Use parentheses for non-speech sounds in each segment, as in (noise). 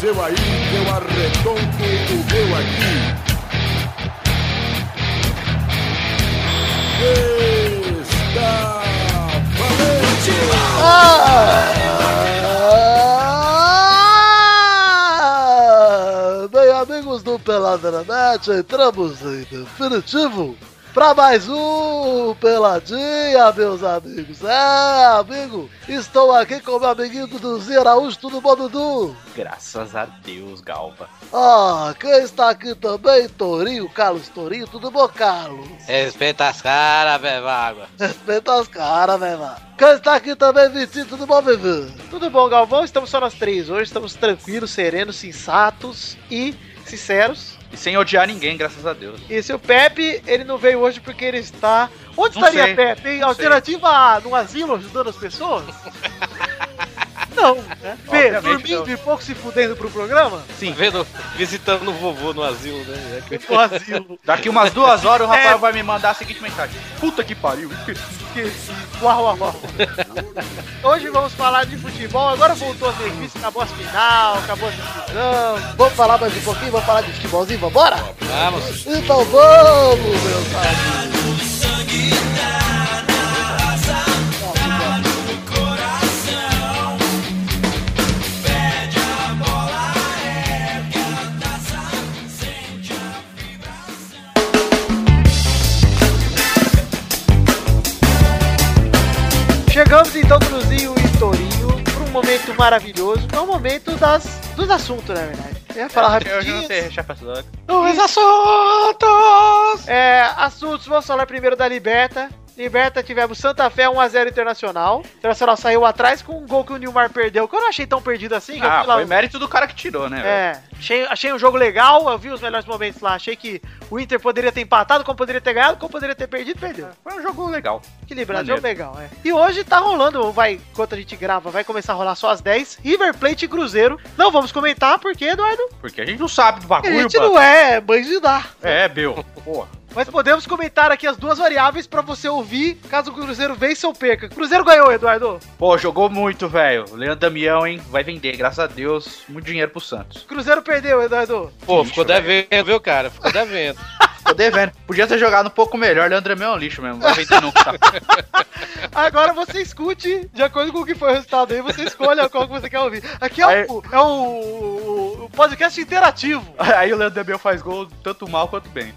seu aí, eu arredonto o meu aqui. Está valente! Ah! Bem, amigos do Pelada na Net, entramos em definitivo para mais um Peladinha, meus amigos. É, amigo, estou aqui com meu amiguinho Duduzinho Araújo, tudo bom, Dudu? Graças a Deus, Galba. Ah, quem está aqui também? Torinho, Carlos Torinho, tudo bom, Carlos? Respeita as caras, beba água. Respeita as caras, velho. Quem está aqui também, Vitinho, tudo bom, Vivi? Tudo bom, Galvão? Estamos só nós três hoje, estamos tranquilos, serenos, sensatos e sinceros. E sem odiar ninguém, graças a Deus. E se o Pepe, ele não veio hoje porque ele está. Onde Não estaria sei, Pepe? Em não alternativa A, num asilo ajudando as (laughs) pessoas? não, né? P, Obviamente dormindo não. e pouco se fudendo pro programa? Sim. Vendo, visitando o vovô no asilo, né? É que- O asilo. Daqui umas duas horas o (laughs) É. Rafael vai me mandar a seguinte mensagem. Puta (laughs) que pariu. Que- Uau, uau, uau. Hoje vamos falar de futebol. Agora voltou a serviço, acabou as final, acabou a decisão. Vamos falar mais um pouquinho, vamos falar de futebolzinho, vambora? Vamos. Então vamos, meus amigos! Chegamos então, Cruzinho e Torinho, para um momento maravilhoso, que é o momento das, dos assuntos, na verdade. Eu ia falar É, Eu já não rapidinho. sei, Chapa Sudoku. Os assuntos! É, assuntos, vamos falar primeiro da Liberta. Liberta, tivemos Santa Fé 1x0 Internacional. Internacional saiu atrás com um gol que o Nilmar perdeu, que eu não achei tão perdido assim. que eu Ah, fui lá- foi mérito do cara que tirou, né? velho? É, achei, achei um jogo legal, eu vi os melhores momentos lá. Achei que o Inter poderia ter empatado, como poderia ter ganhado, como poderia ter perdido, perdeu. Foi um jogo legal. Equilibrado, Maneiro. jogo legal, é. E hoje tá rolando, vai, enquanto a gente grava, vai começar a rolar só às 10. River Plate e Cruzeiro. Não vamos comentar, porque, Eduardo, Porque a gente não sabe do a bagulho, gente mano. não é mãe de dar. É, Bill. Porra. Mas podemos comentar aqui as duas variáveis pra você ouvir caso o Cruzeiro vença ou perca. Cruzeiro ganhou, Eduardo. Pô, jogou muito, velho. Leandro Damião, hein? Vai vender, graças a Deus. Muito dinheiro pro Santos. Cruzeiro perdeu, Eduardo. Pô, Lixo, ficou velho. devendo, viu, cara? Ficou devendo. Tô devendo. Podia ter jogado um pouco melhor. Leandro Damião é um lixo mesmo. Vai vender nunca. tá? Agora você escute, de acordo com o que foi o resultado aí, você escolha qual que você quer ouvir. Aqui é, Aí- o, é o, o podcast interativo. (laughs) Aí o Leandro Damião faz gol tanto mal quanto bem.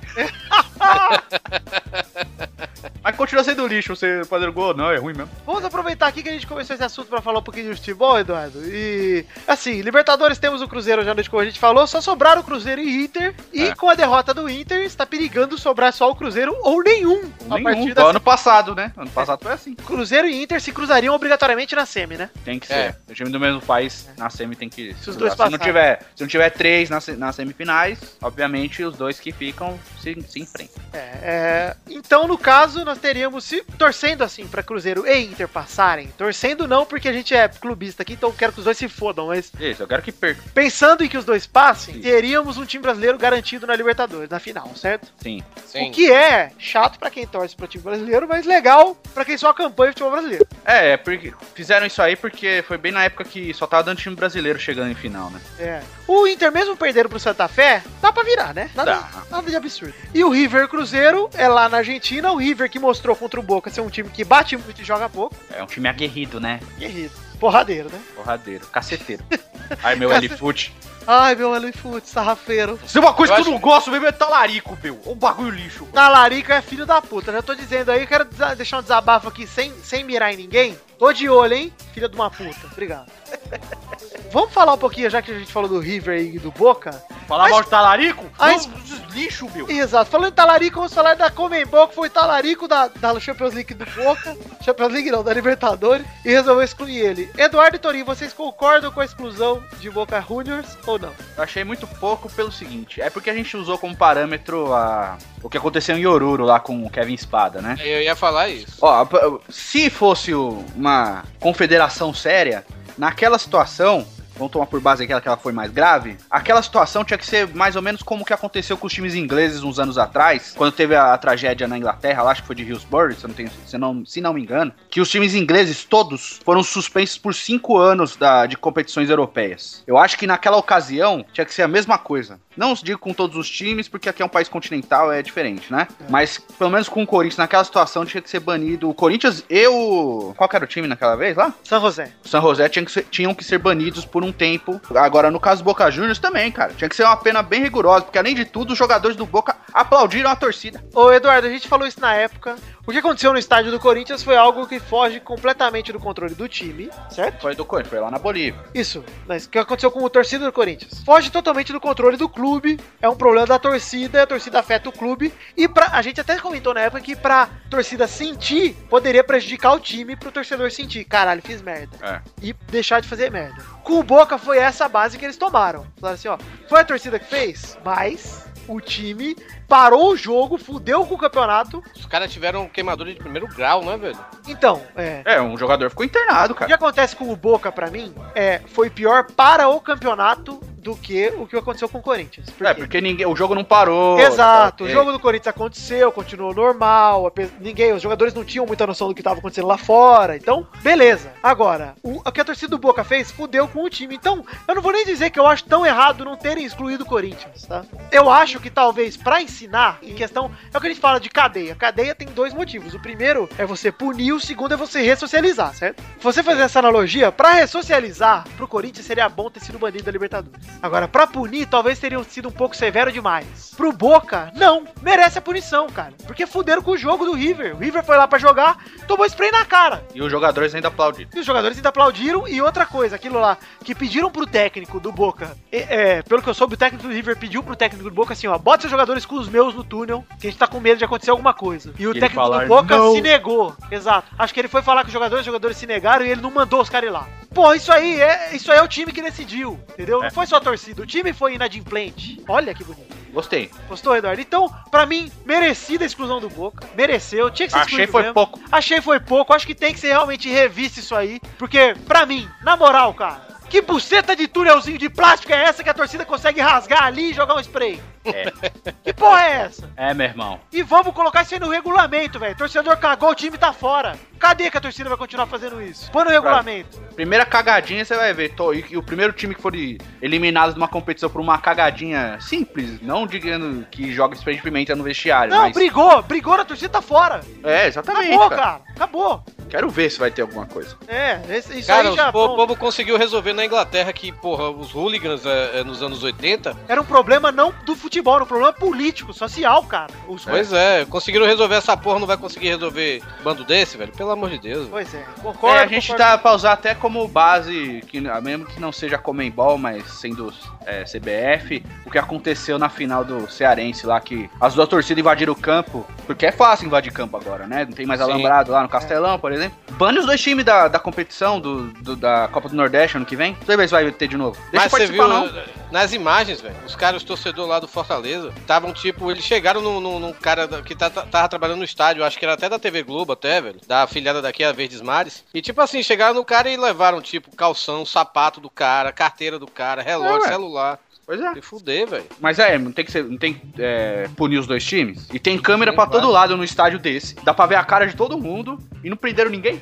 Mas continua sendo lixo, você fazer gol ou não, é ruim mesmo. Vamos aproveitar aqui que a gente começou esse assunto pra falar um pouquinho de futebol, Eduardo. E, assim, Libertadores temos o Cruzeiro já noite, como a gente falou, só sobraram o Cruzeiro e Inter. E É. com a derrota do Inter, está perigando sobrar só o Cruzeiro ou nenhum. a Nenhum. partir Igual da ano passado, né? Ano passado foi assim. Cruzeiro e Inter se cruzariam obrigatoriamente na semi, né? Tem que É. ser. O time do mesmo país na semi tem que. Se os dois se não passarem. tiver, se não tiver três nas, nas semifinais, obviamente os dois que ficam se, se enfrentam. É, é, então, no caso, nós teríamos, se torcendo assim pra Cruzeiro e Inter passarem, torcendo não porque a gente é clubista aqui, então eu quero que os dois se fodam, mas Isso, eu quero que perca. pensando em que os dois passem, Sim. teríamos um time brasileiro garantido na Libertadores, na final, certo? Sim. Sim. (laughs) O que é chato pra quem torce pro time brasileiro, mas legal pra quem só acompanha o futebol brasileiro. É, é porque fizeram isso aí porque foi bem na época que só tava dando time brasileiro chegando em final, né? É. O Inter, mesmo perdendo pro Santa Fé, dá pra virar, né? Nada, Dá. nada de absurdo. E o River Cruzeiro é lá na Argentina. O River que mostrou contra o Boca ser um time que bate muito e joga pouco. É um time aguerrido, né? Guerreiro. Porradeiro, né? Porradeiro, (laughs) caceteiro. Ai, meu L-Foot. Ai, meu Elefute, sarrafeiro. Se uma coisa Eu que eu não gosto mesmo é talarico, meu. Ô bagulho lixo. Talarico é filho da puta. Já tô dizendo aí, quero desa- deixar um desabafo aqui sem, sem mirar em ninguém. Tô de olho, hein? Filha de uma puta. Obrigado. (laughs) Vamos falar um pouquinho, já que a gente falou do River e do Boca. Falar Mas- mal de talarico? Mas- Vamos, lixo, meu. Exato. Falando em talarico, vamos falar da Comembol, que foi talarico da, da Champions League do Boca. (laughs) Champions League não, da Libertadores. E resolveu excluir ele. Eduardo e Torinho, vocês concordam com a exclusão de Boca Juniors ou não? Eu achei muito pouco pelo seguinte. É porque a gente usou como parâmetro a... o que aconteceu em Oruro lá com o Kevin Espada, né? Eu ia falar isso. Ó, p- se fosse o- uma confederação séria, naquela situação, vamos tomar por base aquela que ela foi mais grave, aquela situação tinha que ser mais ou menos como que aconteceu com os times ingleses uns anos atrás, quando teve a, a tragédia na Inglaterra, lá acho que foi de Hillsborough, se, eu não tenho- se, não, se não me engano, que os times ingleses todos foram suspensos por cinco anos da- de competições europeias. Eu acho que naquela ocasião tinha que ser a mesma coisa. Não digo com todos os times, porque aqui é um país continental, é diferente, né? Mas pelo menos com o Corinthians, naquela situação tinha que ser banido. O Corinthians e o. Qual que era o time naquela vez lá? São José. O San José tinha que ser- tinham que ser banidos por um tempo. Agora, no caso do Boca Juniors também, cara. Tinha que ser uma pena bem rigorosa, porque além de tudo, os jogadores do Boca aplaudiram a torcida. Ô, Eduardo, a gente falou isso na época. O que aconteceu no estádio do Corinthians foi algo que foge completamente do controle do time, certo? Foi do Corinthians, foi lá na Bolívia. Isso, mas o que aconteceu com o torcida do Corinthians? Foge totalmente do controle do clube, é um problema da torcida, a torcida afeta o clube, e pra, a gente até comentou na época que pra torcida sentir, poderia prejudicar o time pro torcedor sentir, caralho, fiz merda. É. E deixar de fazer merda. Com o Boca foi essa a base que eles tomaram. Falaram assim, ó, foi a torcida que fez, mas o time parou o jogo, fudeu com o campeonato, Os caras tiveram queimadura de primeiro grau, né, velho? então, é... É, um jogador ficou internado, O que cara. acontece com o Boca, pra mim, é foi pior para o campeonato do que o que aconteceu com o Corinthians. Por É, quê? porque ninguém, o jogo não parou. Exato, Tá, o ok. jogo do Corinthians aconteceu, continuou normal, ape- ninguém, os jogadores não tinham muita noção do que estava acontecendo lá fora, então, beleza. Agora, o, o que a torcida do Boca fez, fudeu com o time, então, eu não vou nem dizer que eu acho tão errado não terem excluído o Corinthians, tá? Eu acho que talvez pra ensinar, em questão, é o que a gente fala de cadeia, cadeia tem dois motivos, o primeiro é você punir, o segundo é você ressocializar, certo? Você fazer essa analogia, pra ressocializar, pro Corinthians seria bom ter sido banido da Libertadores. Agora, pra punir, talvez teriam sido um pouco severo demais. Pro Boca, não. Merece a punição, cara. Porque fuderam com o jogo do River. O River foi lá pra jogar, tomou spray na cara. E os jogadores ainda aplaudiram. E os jogadores ainda aplaudiram. E outra coisa, aquilo lá, que pediram pro técnico do Boca. e- é, pelo que eu soube, o técnico do River pediu pro técnico do Boca assim, ó, bota seus jogadores com os meus no túnel, que a gente tá com medo de acontecer alguma coisa. E o ele técnico falar, do Boca "Não." se negou. Exato. Acho que ele foi falar com os jogadores, os jogadores se negaram e ele não mandou os caras ir lá. Pô, isso aí é, isso aí é o time que decidiu, É. entendeu? Não foi só a torcida, o time foi inadimplente. Olha que bonito. Gostei. Gostou, Eduardo? Então, pra mim, merecida a exclusão do Boca. Mereceu, tinha que ser Achei excluído foi mesmo. pouco. Achei foi pouco, acho que tem que ser realmente revisto isso aí. Porque, pra mim, na moral, cara, que buceta de túnelzinho de plástico é essa que a torcida consegue rasgar ali e jogar um spray? que porra é essa? É, meu irmão. E vamos colocar isso aí no regulamento, velho. Torcedor cagou, o time tá fora. Cadê que a torcida vai continuar fazendo isso? Põe no regulamento. Primeira cagadinha você vai ver. Tô, e, e o primeiro time que for de- eliminado de uma competição por uma cagadinha simples, não digando que joga spray de pimenta no vestiário. Não, mas... brigou, brigou, a torcida tá fora. É, exatamente. Acabou, cara. cara. Acabou. Quero ver se vai ter alguma coisa. É, esse- isso Cara, aí o já. po- bom, povo conseguiu resolver na Inglaterra que, porra, os hooligans é, é, nos anos 80, Era um problema não do futebol, era um problema político, social, cara. Os pois é, conseguiram resolver essa porra, não vai conseguir resolver bando desse, velho? Pelo amor de Deus. velho. Pois é, concordo. É, a gente concordo. tá pra usar até como base, que, mesmo que não seja Comembol, mas sendo é, CBF, o que aconteceu na final do Cearense lá, que as duas torcidas invadiram o campo, porque é fácil invadir campo agora, né? Não tem mais Sim. alambrado lá no Castelão, por exemplo. Bane os dois times da, da competição, do, do- da Copa do Nordeste ano que vem. Você vê se vai ter de novo. Deixa eu Mas você participar, viu não. nas imagens, velho, os caras, os torcedores lá do Fortaleza, estavam tipo, eles chegaram num, num- num cara da- que tá- tá- tava trabalhando no estádio, acho que era até da TV Globo, até, velho, da afiliada daqui, a Verdes Mares, e tipo assim, chegaram no cara e levaram, tipo, calção, sapato do cara, carteira do cara, É, relógio, ué. celular. Pois é. Se fuder, velho. Mas é, não tem que ser, não tem que, é, punir os dois times. E tem câmera pra todo lado no estádio desse. Dá pra ver a cara de todo mundo e não prenderam ninguém.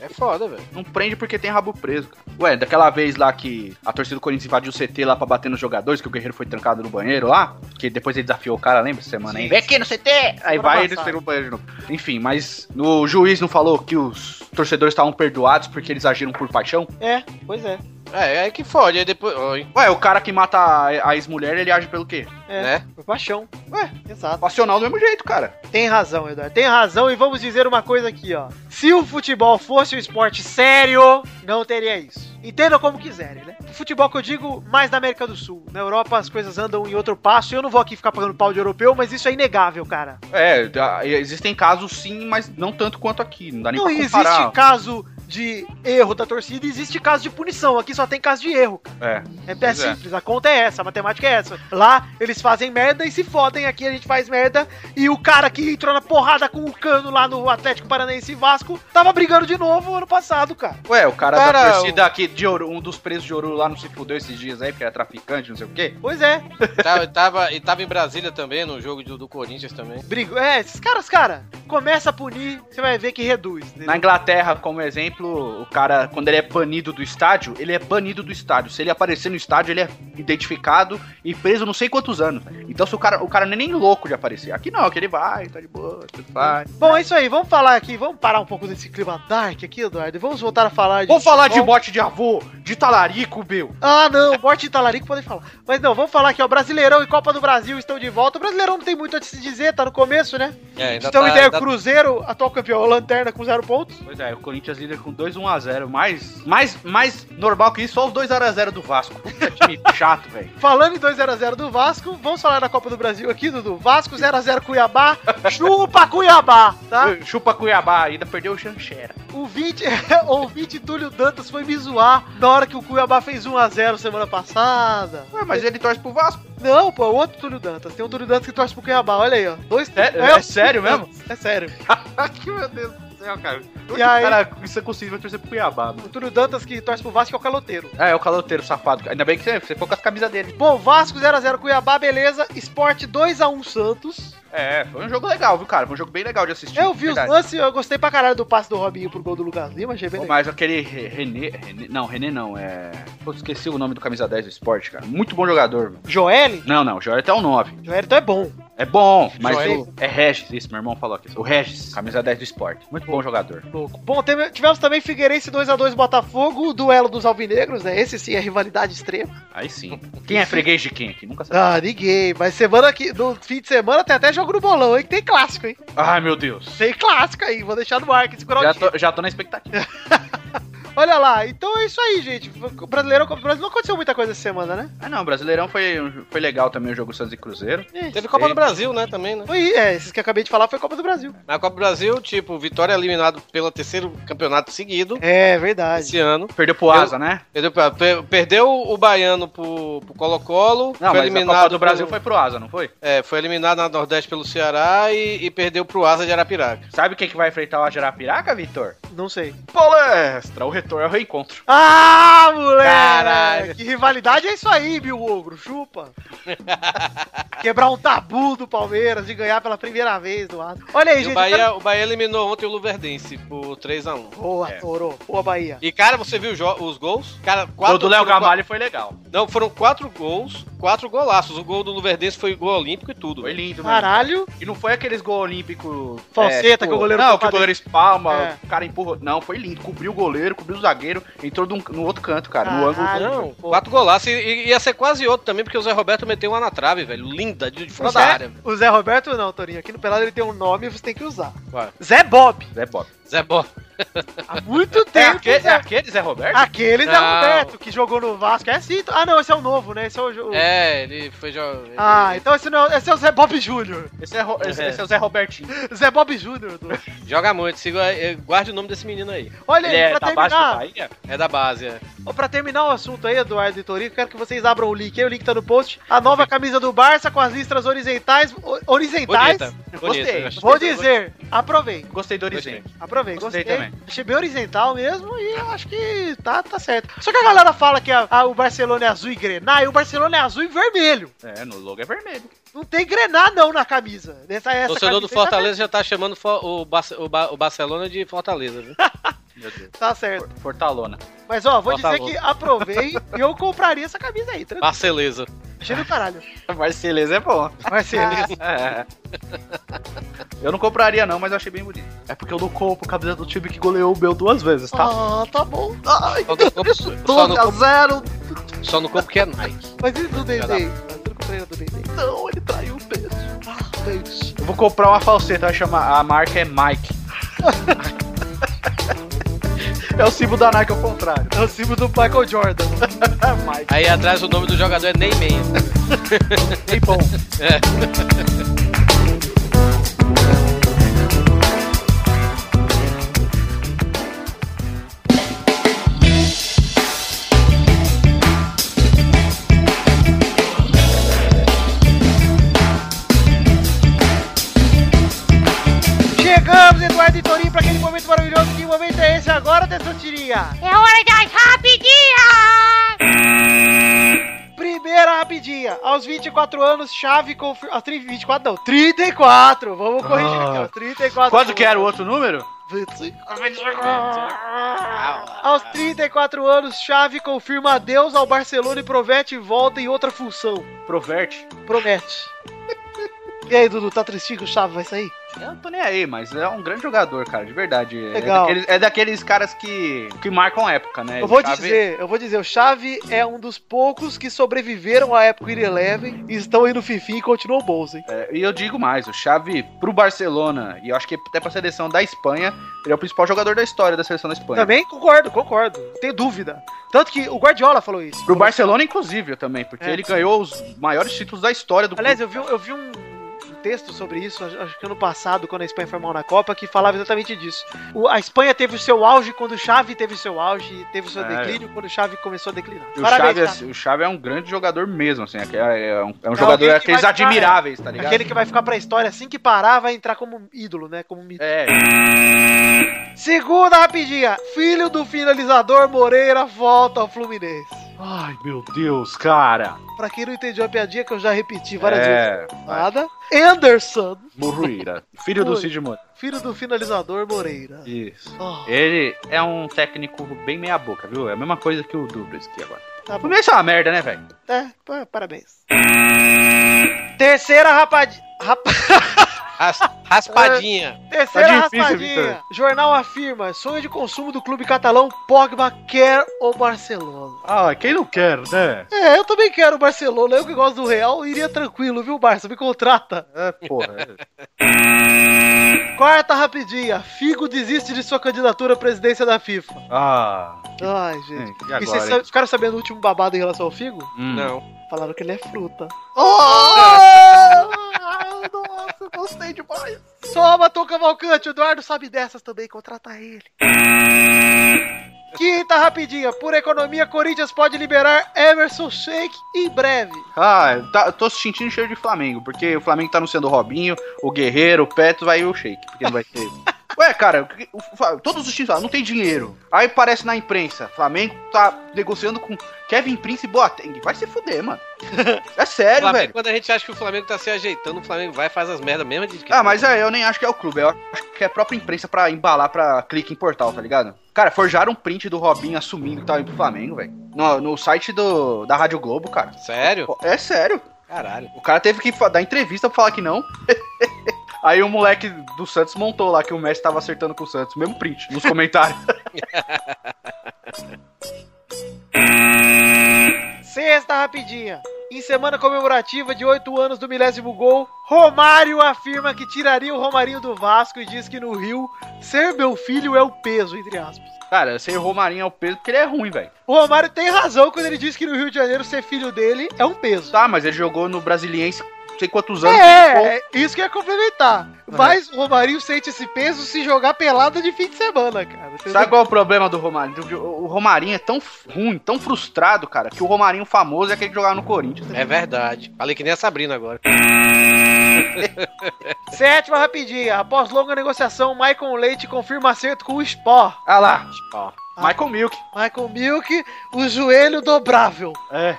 É foda, velho. Não prende porque tem rabo preso. cara. Ué, daquela vez lá que a torcida do Corinthians invadiu o CT lá pra bater nos jogadores, que o Guerreiro foi trancado no banheiro lá, que depois ele desafiou o cara, lembra essa semana aí? Vem aqui no CT! Aí Semana vai e ele passada. pegou o banheiro de novo. Enfim, mas o juiz não falou que os torcedores estavam perdoados porque eles agiram por paixão? É, pois é. É, aí que fode, aí depois. ó, hein, Ué, o cara que mata a a ex-mulher, ele age pelo quê? É, Né? por paixão. Ué, exato. Passional do mesmo jeito, cara. Tem razão, Eduardo. Tem razão e vamos dizer uma coisa aqui, ó. Se o futebol fosse um esporte sério, não teria isso. Entendam como quiserem, né? Futebol que eu digo mais na América do Sul. Na Europa as coisas andam em outro passo e eu não vou aqui ficar pagando pau de europeu, mas isso é inegável, cara. É, da- existem casos sim, mas não tanto quanto aqui. Não dá nem Não pra existe comparar. caso de erro da torcida, existe caso de punição. Aqui só tem caso de erro. É. É, é Pois é. simples, a conta é essa, a matemática é essa. Lá eles fazem merda e se fodem, aqui a gente faz merda. E o cara que entrou na porrada com o cano lá no Atlético Paranaense e Vasco tava brigando de novo ano passado, cara. Ué, o cara Cara, da torcida aqui de Ouro, um dos presos de Ouro lá não se fudeu esses dias aí, porque era traficante, não sei o quê. Pois é, Tava, e tava, e tava em Brasília também, no jogo do, do Corinthians também. brigo. É, esses caras, cara, começa a punir, você vai ver que reduz. entendeu? Na Inglaterra, como exemplo, o cara, quando ele é banido do estádio, ele é banido do estádio. Se ele aparecer no estádio, ele é identificado e preso não sei quantos anos. Então se o cara, o cara não é nem louco de aparecer. Aqui não, aqui ele vai, tá de boa, tudo vai. Bom, é isso aí, vamos falar aqui, vamos parar um pouco desse clima dark aqui, Eduardo, e vamos voltar a falar de. Vamos falar de futebol. bote de avô, de talarico, Bill. Ah, não, morte e talarico podem falar. Mas não, vamos falar aqui, ó. Brasileirão e Copa do Brasil estão de volta. O Brasileirão não tem muito a se dizer, tá no começo, né? É, ainda Então, tá- ideia, ainda- o Cruzeiro, atual campeão, lanterna com zero pontos. Pois é, o Corinthians líder com 2-1-0. Mais, mais, mais normal que isso, só os 2x0 do Vasco. Puta time chato, velho. Falando em 2x0 do Vasco, vamos falar da Copa do Brasil aqui, Dudu. Vasco 0x0 (laughs) Cuiabá, chupa Cuiabá, tá? Chupa Cuiabá, ainda perdeu o Xanxera. O 20, (laughs) o 20 Túlio Dantas foi me zoar na hora que o Cuiabá fez 1x0 semana passada. Ué, mas ele torce pro Vasco. Não, pô, é outro Túlio Dantas. Tem um Túlio Dantas que torce pro Cuiabá, olha aí, ó. Dois É- Túlio- é o Túlio (laughs) sério mesmo? Dantas, É sério. (laughs) que meu Deus do céu, cara. E aí? Cara, isso é conseguível torcer pro Cuiabá, mano. O Túlio Dantas que torce pro Vasco é o caloteiro. Ah, é o caloteiro safado. Ainda bem que você, você foi com as camisas dele. Bom, Vasco 0x0 Cuiabá, beleza. Sport 2x1 Santos. É, foi um jogo legal, viu, cara? Foi um jogo bem legal de assistir. Eu vi os verdade. lances, eu gostei pra caralho do passe do Robinho pro gol do Lucas Lima, achei bem Pô, legal. Mas aquele Re- René, René- Não, René não, é. Pô, esqueci o nome do camisa 10 do esporte, cara. Muito bom jogador, mano. Joel? Não, não, o Joel até o 9. Joel então é bom. É bom, mas Joel. o- é Regis, isso, meu irmão falou aqui. O Regis, camisa 10 do esporte. Muito bom jogador. Louco. Bom, teve- tivemos também Figueirense 2x2 Botafogo, o duelo dos alvinegros, né? Esse sim é rivalidade extrema. Aí (laughs) sim. Quem é freguês de quem aqui? Nunca sabe. Ah, ninguém. Mas semana que, no fim de semana tem até jogo no bolão, hein? Que tem clássico, hein? Ai, meu Deus. Tem clássico aí, vou deixar no ar, que segurar o Já time. tô, já tô na expectativa. Olha lá, então é isso aí, gente. O Brasileirão, o Brasil não aconteceu muita coisa essa semana, né? Ah, não, o Brasileirão foi, foi legal também o jogo Santos e Cruzeiro. Teve Copa do Brasil, né, também, né? Foi, é, esses que eu acabei de falar foi Copa do Brasil. Na Copa do Brasil, tipo, Vitória eliminado pelo terceiro campeonato seguido É, verdade. esse ano. Perdeu pro Asa, né? Perdeu, pra- per- perdeu o Baiano pro pro Colo-Colo. Não, foi mas a Copa do pelo- Brasil foi pro Asa, não foi? É, foi eliminado na Nordeste pelo Ceará e, e perdeu pro Asa de Arapiraca. Sabe quem que vai enfrentar o Jarapiraca, Vitor? Não sei. Palestra! O retorno é o reencontro. Ah, moleque! Caralho. Que rivalidade é isso aí, meu ogro, chupa. Quebrar um tabu do Palmeiras de ganhar pela primeira vez do Atlas. Olha aí, E gente. tá- o eu Bahia, quero- o Bahia eliminou ontem o Luverdense por 3x1. Boa, É. Toro. Boa, Bahia. E, cara, você viu os jo- os gols? Cara, O do Léo foram Gamalho foi legal. qua- Não, foram quatro gols, quatro golaços. O gol do Luverdense foi gol olímpico e tudo. Foi lindo, mano. Caralho. E não foi aqueles gol olímpico. é, tipo, Falseta, que o goleiro Não, toca que o goleiro dentro. espalma, É. o cara empurra. Não, foi lindo. Cobriu o goleiro, cobriu o zagueiro, entrou de um- no outro canto, cara. No ângulo. Caralho, Não, pô. quatro golaços. E, e ia ser quase outro também, porque o Zé Roberto meteu uma na trave, velho. Linda, de de fora da área. velho. O Zé Roberto não, Torinho. Aqui no Pelado ele tem um nome e você tem que usar. Vai. Zé Bob. Zé Bob. Zé Bo. Há muito É tempo. aquele, Zé- é aquele Zé Ah. Roberto? Aquele Zé Não. Roberto que jogou no Vasco. É sim. Ah, não, esse é o novo, né? Esse é o. jo- É, ele foi jo- Ah, então esse, não, é- esse é o Zé Bob Júnior. Esse é, Ro- esse- É. esse é o Zé Robertinho. Zé Bob Júnior. do- ele joga muito. Siga, eh, guarde o nome desse menino aí. Olha aí, Ele é pra da base do terminar. Bahia? É da base, é. Ô, pra terminar o assunto aí, Eduardo e Torico, quero que vocês abram o link aí, o link tá no post. A nova camisa do Barça com as listras horizontais. o- Horizontais? Bonita. Gostei. Bonita. Vou dizer, aprovei. Gostei do Orizem. Aprovei, gostei. Gostei também. Achei bem horizontal mesmo e eu acho que tá, tá certo. Só que a galera fala que a- a- o Barcelona é azul e grená e o Barcelona é azul e vermelho. É, no logo é vermelho. Não tem grená não na camisa. Nessa, essa O torcedor do camisa aí tá- Fortaleza já tá chamando fo- o, Barce- o Ba- o Barcelona de Fortaleza, viu? Meu Deus. Tá certo. For- Fortalona. Mas ó, vou dizer Fortaleza. que aprovei e eu compraria essa camisa aí, tranquilo. Barceleza. Cheio do caralho. Marceleza é bom. Ah, Marcelinho. (laughs) É. Eu não compraria, não, mas eu achei bem bonito. É porque eu não compro camisa do time que goleou o meu duas vezes, Ah, tá bom. Ai, Só não compro- só 12 não a compro- 0 Só no corpo que é Nike. Mas e do dá. Dendê? Tudo com o treino do Dendê. Não, ele traiu o peso. Ah, Deus. Eu vou comprar uma falseta, vai chamar. A marca é (laughs) Mike. é o símbolo da Nike ao contrário. É o símbolo do Michael (laughs) Jordan. Aí atrás o nome do jogador é Neymar. (laughs) É. (laughs) Bem bom. chegando, que momento é esse agora, Tessantirinha? É hora das rapidinhas! Primeira rapidinha, aos 24 anos, Chave Ah, confirma... 24 não, 34, vamos corrigir aqui, ó, 34. Ah. Quanto que era o outro número? 25. Aos 34 anos, Chave confirma adeus ao Barcelona e Provete volta em outra função. Proverte. Promete. E aí, Dudu, tá tristinho que o Chave vai sair? Eu não tô nem aí, mas é um grande jogador, cara, de verdade. É Legal. daqueles- É daqueles, caras que, que marcam época, né? Eu vou Sabe- dizer, eu vou dizer, o Chave é um dos poucos que sobreviveram à época Eleven e estão aí no Fifi e continuam bons, hein? É, E eu digo mais, o Xavi pro Barcelona, e eu acho que até pra seleção da Espanha, ele é o principal jogador da história da seleção da Espanha. Também concordo, concordo. Não Tenho dúvida. Tanto que o Guardiola falou isso. Pro Barcelona, inclusive, também, porque É. ele ganhou os maiores títulos da história do Aliás, clube. eu vi, eu vi um um texto sobre isso, acho acho que ano passado, quando a Espanha foi mal na Copa, que falava exatamente disso. O- a Espanha teve o seu auge quando o Xavi teve o seu auge, e teve o seu É. declínio quando o Xavi começou a declinar. E o Xavi, Xavi. assim, o Xavi é um grande jogador mesmo, assim, é, que é- é um, é um É alguém jogador que aqueles vai ficar, é, admiráveis, tá ligado? Aquele que vai ficar pra história assim que parar, vai entrar como ídolo, né? Como mito. É, Segunda rapidinha. Filho do finalizador Moreira volta ao Fluminense. Ai, meu Deus, cara. Pra quem não entendeu a piadinha que eu já repeti várias vezes. É, Nada. Anderson, Murruíra. Filho do Ui. Cid Moreira. filho do finalizador Moreira. Isso. Oh, Ele é um técnico bem meia boca, viu? É a mesma coisa que o Dubris aqui agora. tá O bom. Fluminense é uma merda, né, velho? É, pa- parabéns. Terceira rapadinha. Ras- raspadinha. Terceira Tá difícil, raspadinha. Jornal afirma: sonho de consumo do clube catalão Pogba quer o Barcelona. Ah, quem não quer, né? É, eu também quero o Barcelona. Eu que gosto do Real, iria tranquilo, viu, Barça? Me contrata. É, porra. é. Quarta rapidinha. Figo desiste de sua candidatura à presidência da FIFA. Ah. Ai, gente. É, E E agora? vocês hein? sa- ficaram sabendo o último babado em relação ao Figo? Hum. Não. Falaram que ele é fruta. (laughs) Nossa, gostei demais. Soma, Tom Cavalcante, o Eduardo sabe dessas também, contrata ele. Quinta rapidinha, por economia, Corinthians pode liberar Emerson Shake em breve. Ah, tá, eu tô sentindo cheiro de Flamengo, porque o Flamengo tá anunciando o Robinho, o Guerreiro, o Petros, aí o Shake, porque não vai (laughs) ter. Ué, cara, o que- o Fa- todos os times falam, não tem dinheiro. Aí parece na imprensa, Flamengo tá negociando com Kevin Prince e Boateng. Vai se fuder, (laughs) mano. É sério, Flamengo, velho. Quando a gente acha que o Flamengo tá se ajeitando, o Flamengo vai e faz as merdas mesmo de que. Ah, mas é, eu nem acho que é o clube, eu acho que é a própria imprensa pra embalar pra clique em portal, tá ligado? Cara, forjaram um print do Robinho assumindo que tava indo pro Flamengo, velho. No, no site do, da Rádio Globo, cara. Sério? É sério. Caralho. O cara teve que fa- dar entrevista pra falar que não. (laughs) Aí o moleque do Santos montou lá que o Messi tava acertando com o Santos. Mesmo print nos comentários. (laughs) Sexta rapidinha, em semana comemorativa de 8 anos do milésimo gol, Romário afirma que tiraria o Romarinho do Vasco e diz que no Rio, ser meu filho é o peso, entre aspas. cara, você errou Marinho ao peso porque ele é ruim, velho. O Romário tem razão quando ele diz que no Rio de Janeiro ser filho dele é um peso. Tá, mas ele jogou no Brasiliense não sei quantos anos. É, é, isso que eu ia complementar. Tá. Mas o Romarinho sente esse peso se jogar pelada de fim de semana, cara. Entendeu? Sabe qual é o problema do Romarinho? O Romarinho é tão f- ruim, tão frustrado, cara, que o Romarinho famoso é aquele que jogava no Corinthians. É verdade. Falei que nem a Sabrina agora. Sétima rapidinha. Após longa negociação, Michael Leite confirma acerto com o Sport. Ah lá, Ó. Michael Milk. Michael Milk, o joelho dobrável. É.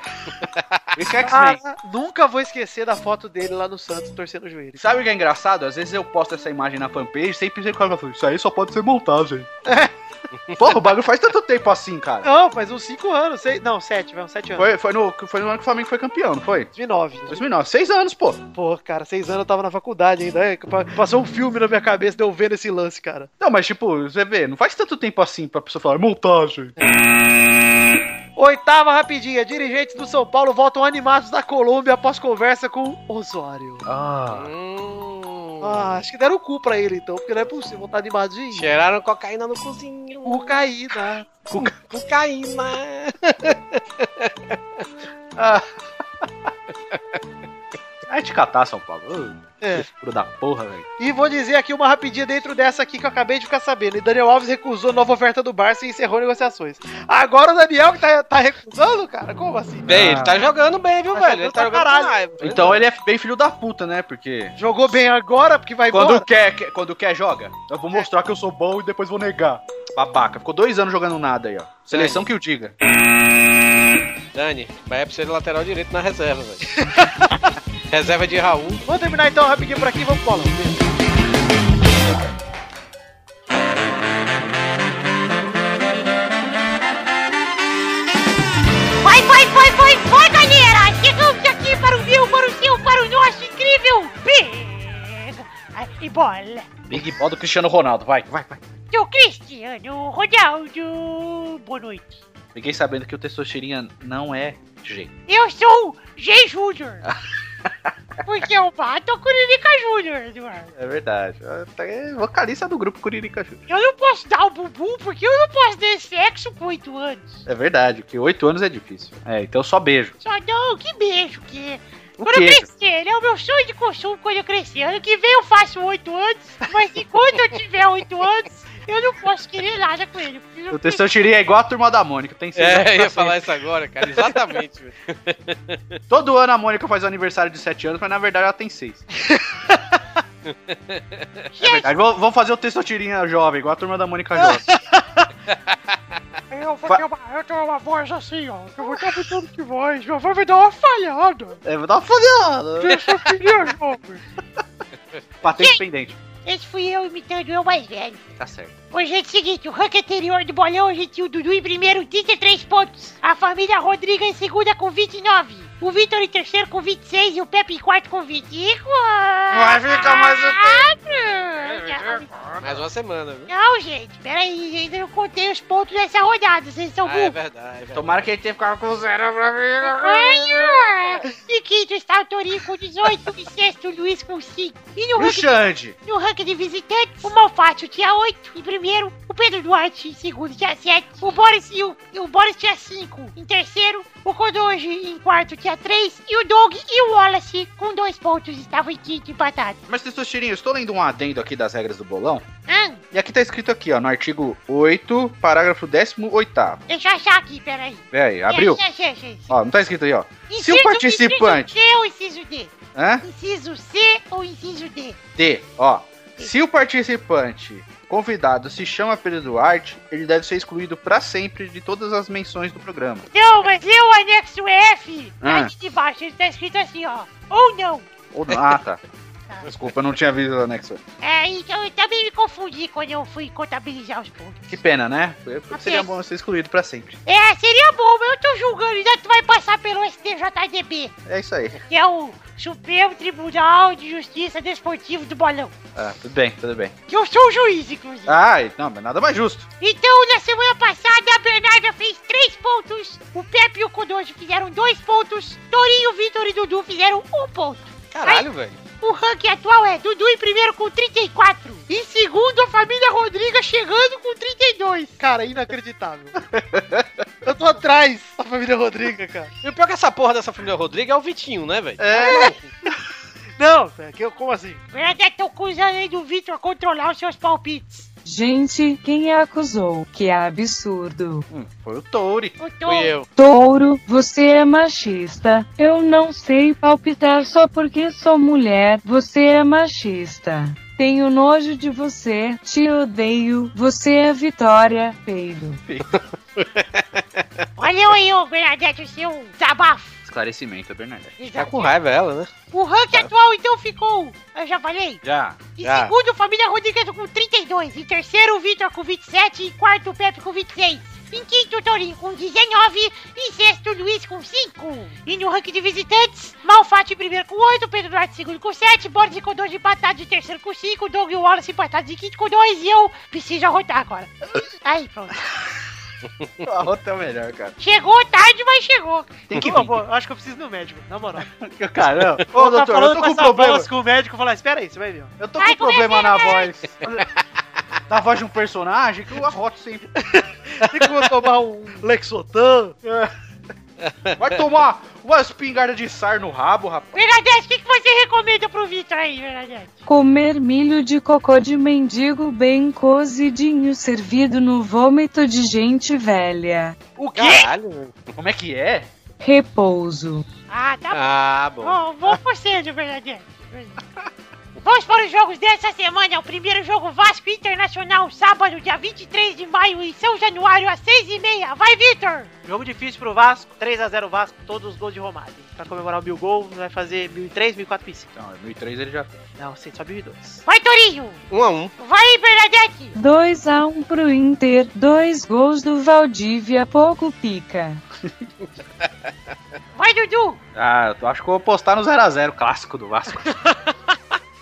Ah, Esse é X-Men. Cara, nunca vou esquecer da foto dele lá no Santos torcendo o joelho. Sabe o que é engraçado? Às vezes eu posto essa imagem na fanpage e sempre é o cara fala, isso aí só pode ser montagem. Porra, o bagulho faz tanto tempo assim, cara. Não, faz uns 5 anos, seis, não, 7, vai uns 7 anos. Foi, foi, no, foi no ano que o Flamengo foi campeão, não foi? 2009. 2009, seis anos, pô. Pô, cara, 6 anos eu tava na faculdade ainda. é, pa- Passou um filme na minha cabeça de eu vendo esse lance, cara. Não, mas tipo, você vê, não faz tanto tempo assim pra pessoa falar, montagem. Oitava rapidinha. Dirigentes do São Paulo voltam animados da Colômbia após conversa com Osório. Ah. Hum. Ah, acho que deram o cu pra ele então, porque não é possível voltar animadinho. Cheiraram cocaína no cozinho. Cocaína. Cocaína. Vai te catar, São Paulo. Ô, É. furo da porra, velho. E vou dizer aqui uma rapidinha dentro dessa aqui que eu acabei de ficar sabendo. E Daniel Alves recusou nova oferta do Barça e encerrou negociações. Agora o Daniel que tá, tá recusando, cara? Como assim? Bem, ele tá jogando bem, viu, Tá velho? Ele jogando tá pra jogando pra caralho. caralho. Então ele é bem filho da puta, né? Porque. Jogou bem agora porque vai Quando embora? quer, quer- quando quer, joga. Eu vou mostrar que eu sou bom e depois vou negar. Babaca. Ficou dois anos jogando nada aí, ó. Seleção que o diga. Dani, vai é pra ser lateral direito na reserva, (laughs) velho. reserva de Raul. Vamos terminar então rapidinho por aqui, vamos pro bolão. Foi, foi, foi, foi, foi, galera! Chegamos aqui para o meu, para o seu, para o nosso incrível Pega e bola Big Ball do Cristiano Ronaldo. Vai, vai, vai. do Cristiano Ronaldo. Boa noite. Fiquei sabendo que o Testosterinha não é G. Eu sou G. Júnior. Porque eu bato com o Lilica Júnior, Eduardo. É verdade. É vocalista do grupo Curirica Júnior. Eu não posso dar o bumbum porque eu não posso ter sexo com oito anos. É verdade, porque oito anos é difícil. É, então só beijo. Só não, que beijo que é. O Quando eu quê? crescer, né? O meu sonho de consumo quando eu crescer. Ano que vem eu faço oito anos, mas enquanto eu tiver oito anos, eu não posso querer nada com ele. porque eu O Testosterinha é igual a turma da Mônica. Tem seis anos pra É, eu ia sempre. falar isso agora, cara. Exatamente, velho. Todo ano a Mônica faz o aniversário de 7 anos, mas na verdade ela tem 6. É Gente, verdade. Vou, vou fazer o textotirinha jovem, igual a turma da Mônica jovem. eu, vou ter uma, eu tenho uma voz assim, ó. que Eu vou estar mudando de voz. Minha voz vai dar uma falhada. (laughs) É, vou dar uma fodida. Eu só queria jovem. Patente pendente. Esse fui eu imitando eu mais velho. Tá certo. Hoje é o seguinte, o ranking anterior do bolão, a gente tinha o Dudu em primeiro, 33 pontos. A família Rodrigo em segunda com 29. O Vitor em terceiro com 26 e o Pepe em quarto com 24. Vai ficar mais um Mais uma semana, viu? Não, gente, peraí, ainda não contei os pontos dessa rodada, vocês são Ah, é burros. verdade. é verdade. Tomara que ele tenha ficado com zero pra mim. Ai, ah, e quinto está o Torinho com 18 e sexto o Luiz com 5. E no E o ranking, Xande? no ranking de visitantes, o Malfátio tinha 8 em primeiro, o Pedro Duarte em segundo tinha 7, o Boris, e o, e o Boris tinha 5 em terceiro, o Kodoji em quarto tinha 3 e o Doug e o Wallace com 2 pontos estavam em quinto empatados. Mas textotirinha, eu estou lendo um adendo aqui das regras do bolão. Ah, E aqui tá escrito aqui, ó, no artigo 8, parágrafo 18. deixa eu achar aqui, peraí. Peraí, abriu. Achei, achei, achei. Ó, não tá escrito aí, ó. Se Inciso- o participante. Inciso C ou inciso D? Hã? Inciso C ou inciso D? D, ó. Se o participante convidado se chama Pedro Duarte, ele deve ser excluído pra sempre de todas as menções do programa. Não, mas lê o anexo F. Ah. Aqui de baixo ele tá escrito assim, ó. Ou não. Ou não. Ah, (laughs) tá. Desculpa, eu não tinha visto o anexo. É, então eu também me confundi quando eu fui contabilizar os pontos. Que pena, né? Porque Seria bom ser excluído pra sempre. É, seria bom, mas eu tô julgando, ainda tu vai passar pelo STJDB, É isso aí. que é o Supremo Tribunal de Justiça Desportivo do Bolão. Ah, tudo bem, tudo bem. Que eu sou o juiz, inclusive. Ah, e- não, mas nada mais justo. Então, na semana passada, a Bernarda fez três pontos, o Pepe e o Codojo fizeram dois pontos, Torinho, Vitor e Dudu fizeram um ponto. Caralho, velho. O ranking atual é Dudu em primeiro com 34. Em segundo, a família Rodriga chegando com 32. Cara, inacreditável. Eu tô atrás da família Rodriga, cara. E o pior é que essa porra dessa família Rodrigo é o Vitinho, né, velho? É, Não, velho, que eu- como assim? Ainda tô acusando aí do Vitor controlar os seus palpites. Gente, quem acusou? Que absurdo. Hum, foi o Touri. Eu tô... Fui eu. Touro, você é machista. Eu não sei palpitar só porque sou mulher. Você é machista. Tenho nojo de você. Te odeio. Você é Vitória. Peido. Olha aí, ô Bernadette, o seu desabafo. Esclarecimento, Bernardo. Tá com raiva ela, né? O ranking atual, então, ficou... Eu já falei? Já. Em Já. segundo, a família Rodrigues com 32. Em terceiro, o Vitor com 27. Em quarto, o Pepe com 26. Em quinto, o Torinho com 19. Em sexto, o Luiz com 5. E no ranking de visitantes, Malfatti em primeiro com 8. Pedro Duarte em segundo com 7. Boris e Codor empatados em terceiro com 5. Doug e Wallace empatados em quinto com 2. E eu preciso arrotar agora. Aí, pronto. A outra é o melhor, cara. Chegou tarde, mas chegou. Tem que Pô, vir. pô, eu acho que eu preciso ir no médico, na moral. (laughs) Caramba. Ô, tá doutor, eu tô falando com essa problema. voz com o médico e falar, espera aí, você vai ver. ó." Eu tô Ai, com um comecei problema na a voz. Na voz de um (laughs) personagem que eu arroto sempre. Tem como eu tomar um Lexotan? É. Vai tomar uma espingarda de sar no rabo, rapaz. Bernadette, o que, que você recomenda pro Vitor aí, Bernadette? Comer milho de cocô de mendigo bem cozidinho servido no vômito de gente velha. O quê? Caralho. Como é que é? Repouso. Ah, tá Ah, bom. Bom, vou por sendo, Bernadette. (laughs) Vamos para os jogos dessa semana. O primeiro jogo Vasco Internacional, sábado, dia 23 de maio, em São Januário, às 6h30. Vai, Vitor! Jogo difícil pro Vasco, 3x0 Vasco, todos os gols de Romário. Pra comemorar o mil gol, vai fazer 1.003, 1.004, 1.005. Então, 2003 ele já Não, sim, só 1.002. Vai, Torinho! Um a um. Vai, Bernadette! 2 a 1 pro Inter, dois gols do Valdívia pouco pica. Vai, Dudu! Ah, eu tô- acho que eu vou postar no 0x0, clássico do Vasco.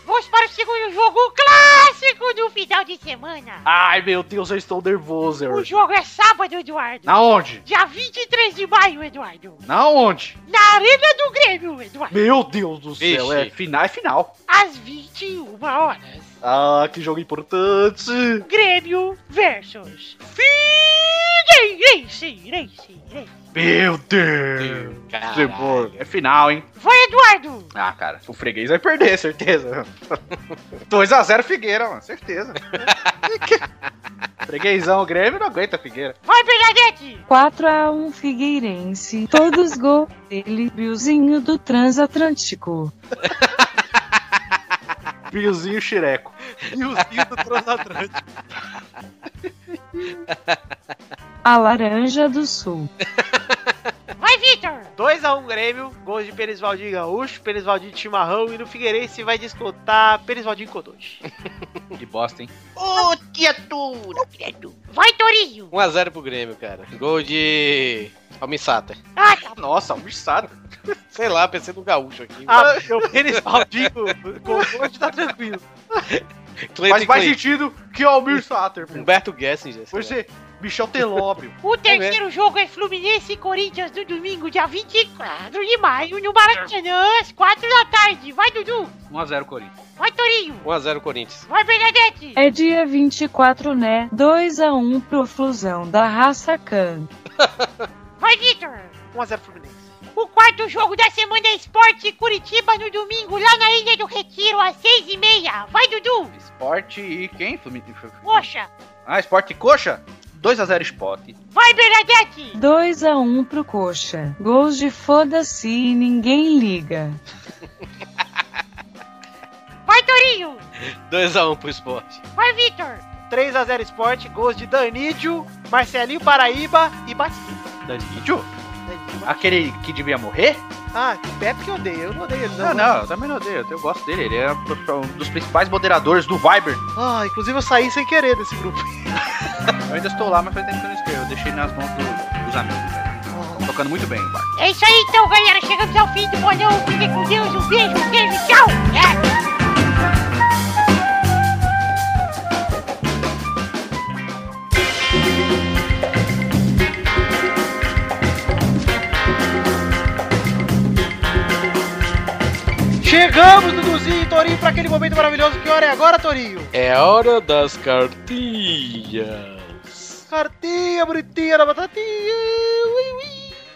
Vamos para o segundo jogo o clássico do final de semana. (laughs) Ai, meu Deus, eu estou nervoso, O Eduardo. jogo é sábado, Eduardo. Na onde? Dia 23 de maio, Eduardo. Na onde? Na Arena do Grêmio, Eduardo. Meu Deus do céu, Vixe. é final, é final. Às 21 horas. Ah, que jogo importante. Grêmio versus Figueirense. Irense, Irense. Meu Deus. Caralho. É final, hein? Vai, Eduardo. Ah, cara, o freguês vai perder, certeza. (laughs) 2x0 Figueira, mano, certeza. Freguesão, Grêmio não aguenta Figueira. Vai, Bernadette. 4 a 1 Figueirense, todos gols dele, Biozinho do Transatlântico. Piozinho Xireco. E os rios do Transatlântico. A Laranja do Sul. Vai, Vitor. 2x1 Grêmio, gols de Perisvaldi e Gaúcho, Perisvaldi de Chimarrão e no Figueirense vai descontar Perisvaldi em Codouche. De bosta, hein? Ô, criatura, criatura. Vai, Torinho. 1x0 pro Grêmio, cara. Gol de. Almissata. Ah, tá. Nossa, almoçado. Sei lá, pensei no gaúcho aqui. Ah, meu Perisvaldi com Codouche tá tranquilo. Cleiton Mas faz e Cleiton. sentido que o Almir Sater, pô. Humberto Gessinger. sei lá. Você, Michel Teló, meu. O terceiro jogo é Fluminense e Corinthians no domingo, dia 24 de maio, no Maracanã, às 4 da tarde. Vai, Dudu! 1x0 Corinthians. Vai, Torinho! 1x0 Corinthians. Vai, Bernadette! É dia 24, né? 2 a 1 pro Flusão da raça Can. Vai, Vitor! 1x0 Fluminense. O quarto jogo da semana é Esporte Curitiba no domingo, lá na Ilha do Retiro, às 6 e meia. Vai, Dudu! Esporte e quem? Fluminense? Poxa! Ah, Esporte e Coxa? 2x0 Esporte. Vai, Bernadette! 2 a 1 pro Coxa. Gols de foda-se e ninguém liga. Vai, Torinho! 2x1 pro esporte. Vai, Vitor! 3x0 Sport, gols de Danídio, Marcelinho Paraíba e Batista. Danídio, Danídio? Batista. Aquele que devia morrer? Ah, que Pepe que eu odeio, eu não odeio ele, Não, Ah, não. não, eu também não odeio. Eu gosto dele. Ele é um dos principais moderadores do Viber. Ah, inclusive eu saí sem querer desse grupo. Eu ainda estou lá, mas faz tempo que eu não escrevo. Eu deixei nas mãos do- dos amigos. Estão tocando muito bem, vai. É isso aí então, galera. Chegamos ao fim do bolão. Fiquem com Deus. Um beijo, um beijo, tchau! É. Chegamos, Duduzinho e Torinho, pra aquele momento maravilhoso. Que hora é agora, Torinho? É hora das cartinhas. Cartinha bonitinha da batatinha. Ui, ui.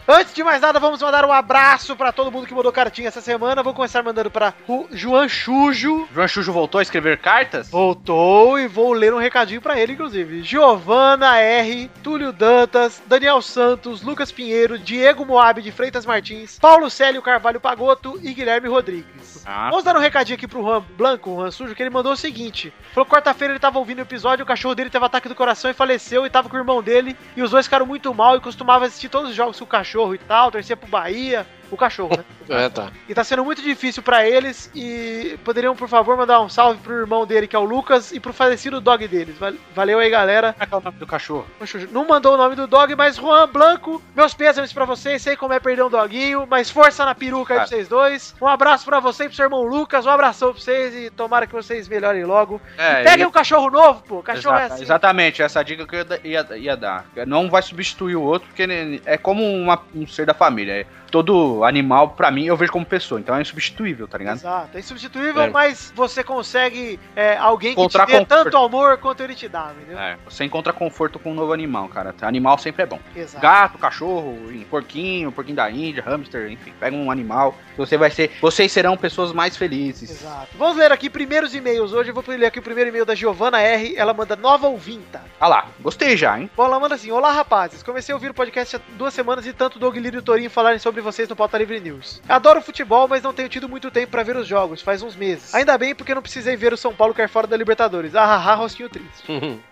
Antes de mais nada, vamos mandar um abraço pra todo mundo que mandou cartinha essa semana. Vou começar mandando pra o João Chujo. João Chujo voltou a escrever cartas? Voltou e vou ler um recadinho pra ele, inclusive. Giovana R, Túlio Dantas, Daniel Santos, Lucas Pinheiro, Diego Moab de Freitas Martins, Paulo Célio Carvalho Pagoto e Guilherme Rodrigues. Ah. Vamos dar um recadinho aqui pro Juan Blanco, o Juan Sujo, que ele mandou o seguinte: falou que quarta-feira ele tava ouvindo o episódio, o cachorro dele teve ataque do coração e faleceu, e tava com o irmão dele, e os dois ficaram muito mal e costumava assistir todos os jogos com o cachorro e tal, torcia pro Bahia, o cachorro, né? É, (laughs) tá. E tá sendo muito difícil pra eles. E poderiam, por favor, mandar um salve pro irmão dele, que é o Lucas, e pro falecido dog deles. Val- Valeu aí, galera. Como é que é o nome do cachorro? Poxa, Não mandou o nome do dog, mas Juan Blanco, meus pêsames pra vocês. Sei como é perder um doguinho, mas força na peruca aí pra Ah. vocês dois. Um abraço pra você e pro seu irmão Lucas. Um abração pra vocês e tomara que vocês melhorem logo. É, Peguem um cachorro novo, pô. Cachorro Exata- é assim. Exatamente, essa dica que eu ia, ia- ia dar. Não vai substituir o outro, porque ele- é como uma- um ser da família. é- Todo tipo, animal, pra mim, eu vejo como pessoa. Então é insubstituível, tá ligado? Exato, é insubstituível, É. mas você consegue é, alguém que Encontrar te dê conforto. tanto amor quanto ele te dá, entendeu? É, você encontra conforto com um novo animal, cara. Animal sempre é bom. Exato. Gato, cachorro, enfim, porquinho, porquinho da Índia, hamster, enfim, pega um animal. Você vai ser. Vocês serão pessoas mais felizes. Exato. Vamos ler aqui primeiros e-mails hoje. Eu vou ler aqui o primeiro e-mail da Giovana R. Ela manda nova ouvinta. Ah lá, gostei já, hein? Bom, ela manda assim: Olá, rapazes. Comecei a ouvir o podcast há duas semanas e tanto o Doug Lira e o Torinho falarem sobre vocês no Pauta Livre News. Adoro futebol, mas não tenho tido muito tempo pra ver os jogos, faz uns meses. Ainda bem porque não precisei ver o São Paulo cair fora da Libertadores. Ah, haha, rostinho triste.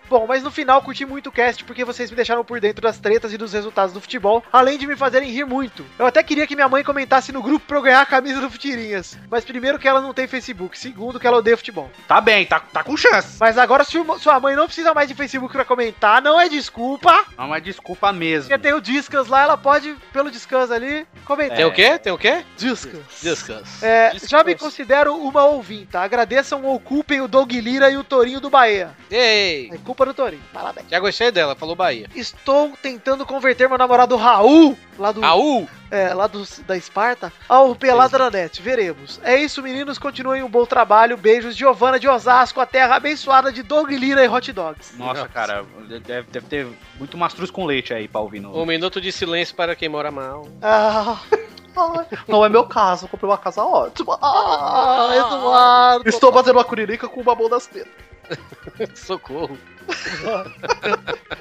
Bom, mas no final curti muito o cast porque vocês me deixaram por dentro das tretas e dos resultados do futebol, além de me fazerem rir muito. Eu até queria que minha mãe comentasse no grupo pra eu ganhar a camisa do Futirinhas, mas primeiro que ela não tem Facebook, segundo que ela odeia futebol. Tá bem, tá, tá com chance. Mas agora se o- sua mãe não precisa mais de Facebook pra comentar, não é desculpa. Não é desculpa mesmo. Porque tem o Discas lá, ela pode, pelo Discas ali, comentar. Tem o quê? Tem o quê? Discas. Descanso. É, Discas. já me considero uma ouvinta. Agradeçam ou culpem o Doug Lira e o Torinho do Bahia. Ei, É culpa do Torinho, parabéns. já gostei dela, falou Bahia. Estou tentando converter meu namorado Raul, lá do, Raul! é, lá do da Esparta, ao Peladranet. Veremos. É isso, meninos. Continuem um bom trabalho. Beijos, Giovana de Osasco, a terra abençoada de Doug Lira e Hot Dogs. Nossa, cara, deve, deve ter muito mastruz com leite aí pra ouvir no. Um minuto de silêncio para quem mora mal. Ah, ai, não é meu caso, eu comprei uma casa ótima. Ah, Eduardo. Estou fazendo uma curirica com o babão das tetas. (laughs) Socorro.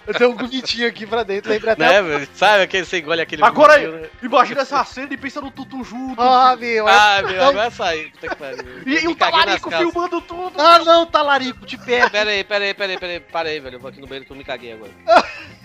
Eu tenho um gomitinho aqui pra dentro, lembra até. Né, velho? Sabe aquele você engole aquele. Agora bonitinho, né? Imagina essa cena e pensa no Tutu junto. Ah, meu. é- Ah, meu, agora sai. Puta que pariu. Me caguei nas calças. filmando tudo. Ah, não, talarico, de pé. Pera aí, pera aí, pera aí, pera aí. Para aí, velho. Eu vou aqui no banheiro que eu me caguei agora.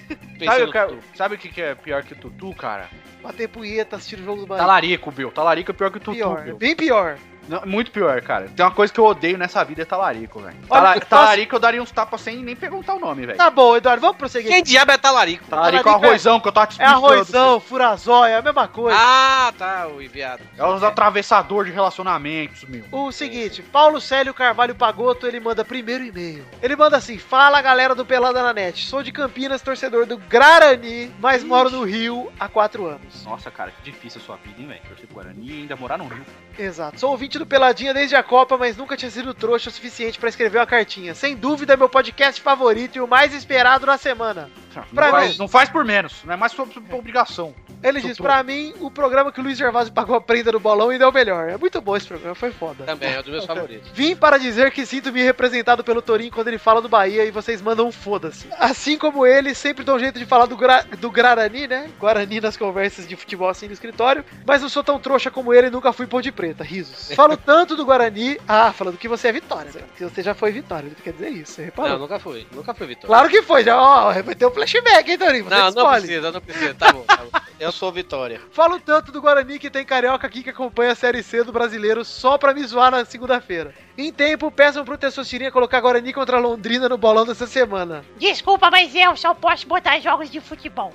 Pensei Sabe, no o cara- futuro. sabe o que, que é pior que o Tutu, cara? Bater punheta, assistir o jogo do Bahia. Talarico, Bill. Talarico é pior que o Tutu, pior, Bill. bem pior. Não, muito pior, cara. Tem uma coisa que eu odeio nessa vida é talarico, velho. Olha, Tala- eu faço- Talarico eu daria uns tapas sem nem perguntar o nome, velho. Tá bom, Eduardo, vamos prosseguir. Quem diabo é talarico? Talarico é talarico arrozão que eu tava te É arrozão, furazóia, é a mesma coisa. Ah, tá, o enviado. É uns atravessador de relacionamentos, meu. O seguinte, Paulo Célio Carvalho Pagoto, ele manda primeiro e-mail. Ele manda assim: Fala galera do Pelada na Net, sou de Campinas, torcedor do Guarani, mas moro no Rio há quatro anos. Nossa, cara, que difícil a sua vida, hein, velho? Torcer pro Guarani e ainda morar no Rio. Exato. Sou ouvinte do Peladinha desde a Copa, mas nunca tinha sido trouxa o suficiente pra escrever uma cartinha. Sem dúvida, é meu podcast favorito e o mais esperado na semana. Pra Não faz, mim- não faz por menos, não é mais sobre sobre obrigação. Ele diz: Pra mim, o programa que o Luiz Gervásio pagou a prenda no bolão ainda é o melhor. É muito bom esse programa, foi foda. Também, é um dos meus favoritos. Vim para dizer que sinto-me representado pelo Torinho quando ele fala do Bahia e vocês mandam um foda-se. Assim como ele, sempre dou um jeito de falar do, Gra- do Guarani, né? Guarani nas conversas de futebol assim no escritório, mas não sou tão trouxa como ele e nunca fui pão de preta, (laughs) risos. Falo tanto do Guarani, ah, falando que você é vitória, né? que você já foi vitória, ele quer dizer isso, você reparou? Não, nunca fui. Nunca fui, Vitória. Claro que foi, já, ó, vai ter um flashback, hein, Torinho, você Não, é escolhe. não precisa, não precisa. Tá bom, tá bom. (laughs) Eu sou Vitória. Falo tanto do Guarani que tem carioca aqui que acompanha a Série C do brasileiro só pra me zoar na segunda-feira. Em tempo, peçam pro Testosterinha colocar Guarani contra Londrina no bolão dessa semana. Desculpa, mas eu só posso botar jogos de futebol.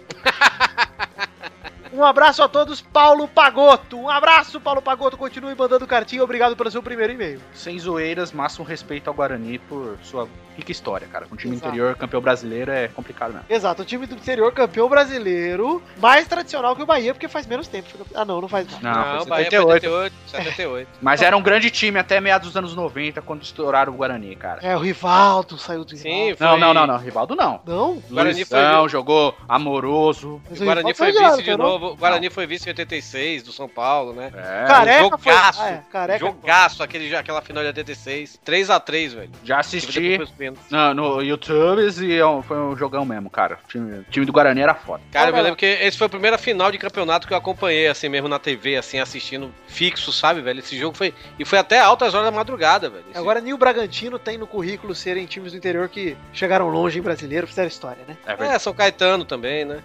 Um abraço a todos, Paulo Pagoto. Um abraço, Paulo Pagoto. Continue mandando cartinha. Obrigado pelo seu primeiro e-mail. Sem zoeiras, máximo respeito ao Guarani por sua rica história, cara. Com o time Exato. interior, campeão brasileiro, é complicado mesmo. Exato, o time do interior campeão brasileiro, mais tradicional que o Bahia, porque faz menos tempo. Ah, não, não faz mais. Não, foi Bahia é 78. 78, 78. Mas era um grande time até meados dos anos 90, quando estouraram o Guarani, cara. É, o Rivaldo saiu do Rivaldo. Sim, foi. Não, não, não, não. Rivaldo não. Não? Guarani Luizão jogou amoroso. Mas O Guarani Rivaldo tá foi saiu de lá, vice de não foi, não? novo. O Guarani foi vice em 86 do São Paulo, né? É, Careca foi. Jogaço. Ah, é, careca foi. Jogaço, aquele, aquela final de 86. 3x3, velho. já Depois assisti foi os pênaltis. na- no YouTube e é um- foi um jogão mesmo, cara. O time, o time do Guarani era foda. Cara, eu me lembro que esse foi a primeira final de campeonato que eu acompanhei, assim, mesmo na TV, assim, assistindo fixo, sabe, velho? Esse jogo foi. E foi até altas horas da madrugada, velho. Esse- Agora, nem o Bragantino tem no currículo serem times do interior que chegaram longe em brasileiro, fizeram história, né? É verdade. É, São Caetano também, né?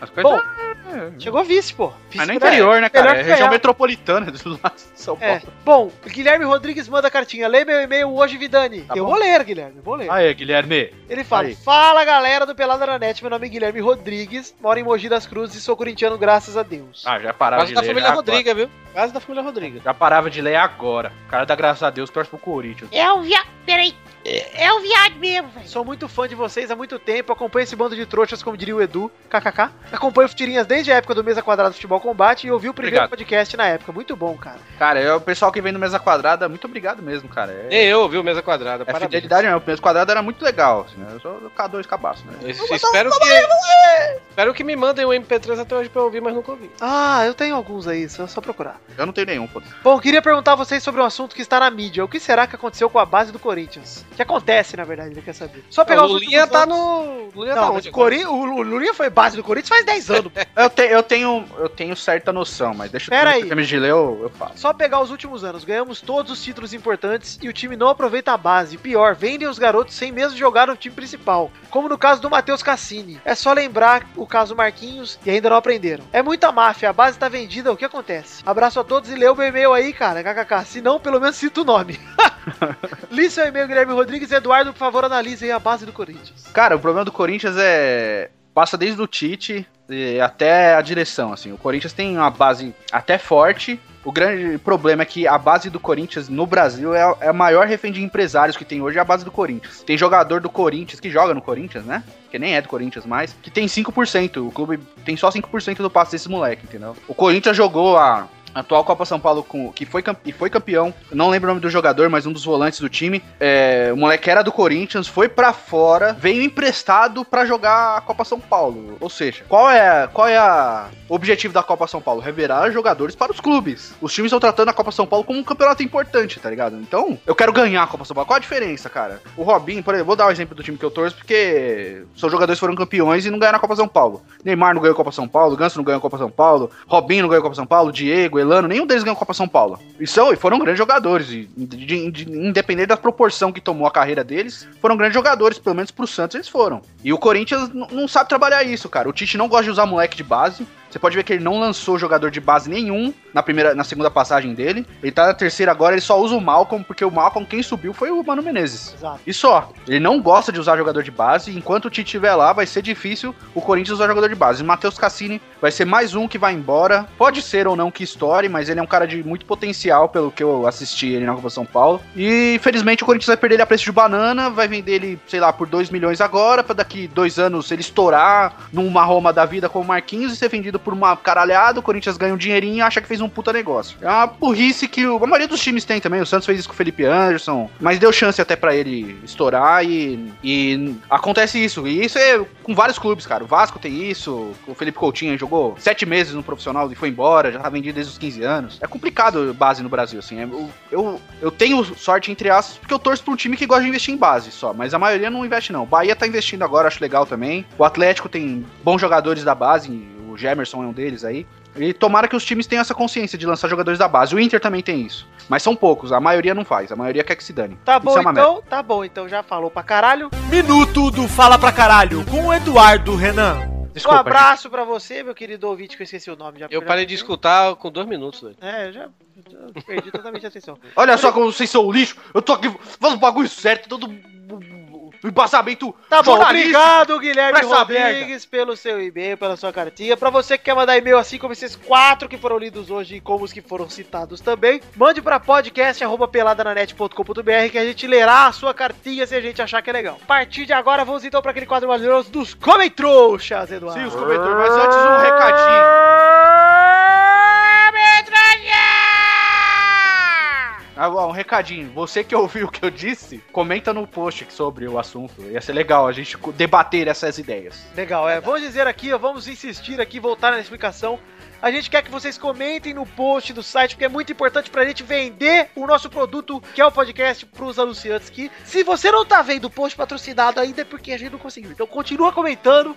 As coisas- Bom, Chegou vice, pô. Vice Uhum. mas no da- interior, né, cara? melhor É que região ganhar. metropolitana do lado de São É. Paulo. Bom, Guilherme Rodrigues manda cartinha. Lê meu e-mail hoje, Vidani. Tá eu bom. vou ler, Guilherme, eu vou ler. Aê, Guilherme. Ele fala: aí. Fala galera do Pelada na Net, meu nome é Guilherme Rodrigues, moro em Mogi das Cruzes e sou corintiano, graças a Deus. Ah, já pararam Mas de da Tá ler. família já Rodrigues, viu? É, casa da família Rodrigues. Já parava de ler agora. O cara dá graças a Deus, torce pro Corinthians. É um viado. Peraí. É um viado mesmo, velho. Sou muito fã de vocês há muito tempo, acompanho esse bando de trouxas, como diria o Edu, kkk. Acompanho o Tirinhas desde a época do Mesa Quadrada Futebol Combate e ouvi o primeiro Obrigado. podcast na época. Muito bom, cara. Cara, é o pessoal que vem do Mesa Quadrada, muito obrigado mesmo, cara. É, Nem eu, viu? Mesa quadrada. é Parabéns. fidelidade mesmo. O Mesa Quadrada era muito legal. Assim, né? Eu sou do K2 cabaço, né? Eu um espero que. Espero que me mandem um o MP3 até hoje pra eu ouvir, mas nunca ouvi. Ah, eu tenho alguns aí, só, só procurar. Eu não tenho nenhum, foda-se. Bom, queria perguntar a vocês sobre um assunto que está na mídia. O que será que aconteceu com a base do Corinthians? Que acontece, na verdade, ele quer saber. Só pegar O os Lulinha últimos tá jogos- no. Lulinha tá Não, onde? o, (laughs) Corin... o Lu- Lulinha foi base do Corinthians faz 10 anos. Eu, te- eu tenho, eu tenho certa noção, mas deixa Pera aí. deixa me de ler, eu, eu falo. Só pegar os últimos anos, ganhamos todos os títulos importantes e o time não aproveita a base. Pior, vendem os garotos sem mesmo jogar no time principal, como no caso do Matheus Cassini. É só lembrar o caso Marquinhos e ainda não aprenderam. É muita máfia, a base tá vendida, o que acontece? Abraço a todos e lê o meu e-mail aí, cara, kkk. Se não, pelo menos cita o (laughs) nome. Li seu e-mail, Guilherme Rodrigues. Eduardo, por favor, analise aí a base do Corinthians. Cara, o problema do Corinthians é. Passa desde o Tite eh, até a direção, assim. O Corinthians tem uma base até forte. O grande problema é que a base do Corinthians no Brasil é, a- é a maior refém de empresários que tem hoje, é a base do Corinthians. Tem jogador do Corinthians que joga no Corinthians, né? Que nem é do Corinthians mais, que tem 5%. O clube tem só 5% do passe desse moleque, entendeu? O Corinthians jogou a atual Copa São Paulo, com, que foi, cam- e foi campeão. Não lembro o nome do jogador, mas um dos volantes do time. É, o moleque era do Corinthians, foi pra fora, veio emprestado pra jogar a Copa São Paulo. Ou seja, qual é, qual é a- o objetivo da Copa São Paulo? Reverar jogadores para os clubes. Os times estão tratando a Copa São Paulo como um campeonato importante, tá ligado? Então, eu quero ganhar a Copa São Paulo. Qual a diferença, cara? O Robinho, por exemplo, vou dar o exemplo do time que eu torço, porque seus jogadores foram campeões e não ganharam a Copa São Paulo. Neymar não ganhou a Copa São Paulo, Ganso não ganhou a Copa São Paulo, Robinho não ganhou a Copa São Paulo, Diego, Elano, nenhum deles ganhou a Copa São Paulo. E são, e foram grandes jogadores, e de- de- de- independente da proporção que tomou a carreira deles, foram grandes jogadores, pelo menos pro Santos eles foram. E o Corinthians n- não sabe trabalhar isso, cara. O Tite não gosta de usar moleque de base. Você pode ver que ele não lançou jogador de base nenhum na primeira, na segunda passagem dele. Ele tá na terceira agora, ele só usa o Malcolm, porque o Malcolm quem subiu foi o Mano Menezes. Exato. E só. Ele não gosta de usar jogador de base. Enquanto o Tite estiver lá, vai ser difícil o Corinthians usar jogador de base. Matheus Cassini vai ser mais um que vai embora. Pode ser ou não que estoure, mas ele é um cara de muito potencial, pelo que eu assisti ele na Copa São Paulo. E infelizmente o Corinthians vai perder ele a preço de banana, vai vender ele, sei lá, por 2 milhões agora, pra daqui dois anos ele estourar numa Roma da vida como o Marquinhos e ser vendido por uma caralhada. O Corinthians ganha um dinheirinho e acha que fez um puta negócio. É uma burrice que o- a maioria dos times tem também. O Santos fez isso com o Felipe Anderson, mas deu chance até pra ele estourar e, e acontece isso. E isso é com vários clubes, cara. O Vasco tem isso, o Felipe Coutinho jogou sete meses no profissional e foi embora, já tá vendido desde os 15 anos. É complicado base no Brasil, assim. É- eu, eu, eu tenho sorte, entre aspas, porque eu torço pra um time que gosta de investir em base só, mas a maioria não investe, não. O Bahia tá investindo agora, acho legal também. O Atlético tem bons jogadores da base, o Gemerson é um deles aí. E tomara que os times tenham essa consciência de lançar jogadores da base. O Inter também tem isso. Mas são poucos, a maioria não faz, a maioria quer que se dane. Tá Isso bom é uma então, tá bom então, já falou pra caralho. Minuto do Fala Pra Caralho, com o Eduardo Renan. um Desculpa, abraço pra você, meu querido ouvinte, que eu esqueci o nome. Já Eu parei de escutar com dois minutos, velho. É, eu já, já perdi totalmente a (laughs) atenção. Tá Olha só como vocês são um lixo. Eu tô aqui falando bagulho certo, todo embasamento. Tá bom, jornalístico. obrigado, Guilherme Pra essa Rodrigues, pelo seu e-mail, pela sua cartinha. Pra você que quer mandar e-mail, assim como esses quatro que foram lidos hoje e como os que foram citados também, mande pra podcast.peladananet.com.br que a gente lerá a sua cartinha se a gente achar que é legal. A partir de agora, vamos então pra aquele quadro maravilhoso dos Comem Trouxas, Eduardo. Sim, os comentadores, mas antes um recadinho. Metralha! Ah, ó, um recadinho. Você que ouviu o que eu disse, comenta no post sobre o assunto. Ia ser legal a gente co- debater essas ideias. Legal, é. Vamos dizer aqui, ó, vamos insistir aqui, voltar na explicação. A gente quer que vocês comentem no post do site, porque é muito importante pra gente vender o nosso produto, que é o podcast, pros anunciantes que. Se você não tá vendo o post patrocinado ainda, é porque a gente não conseguiu. Então continua comentando.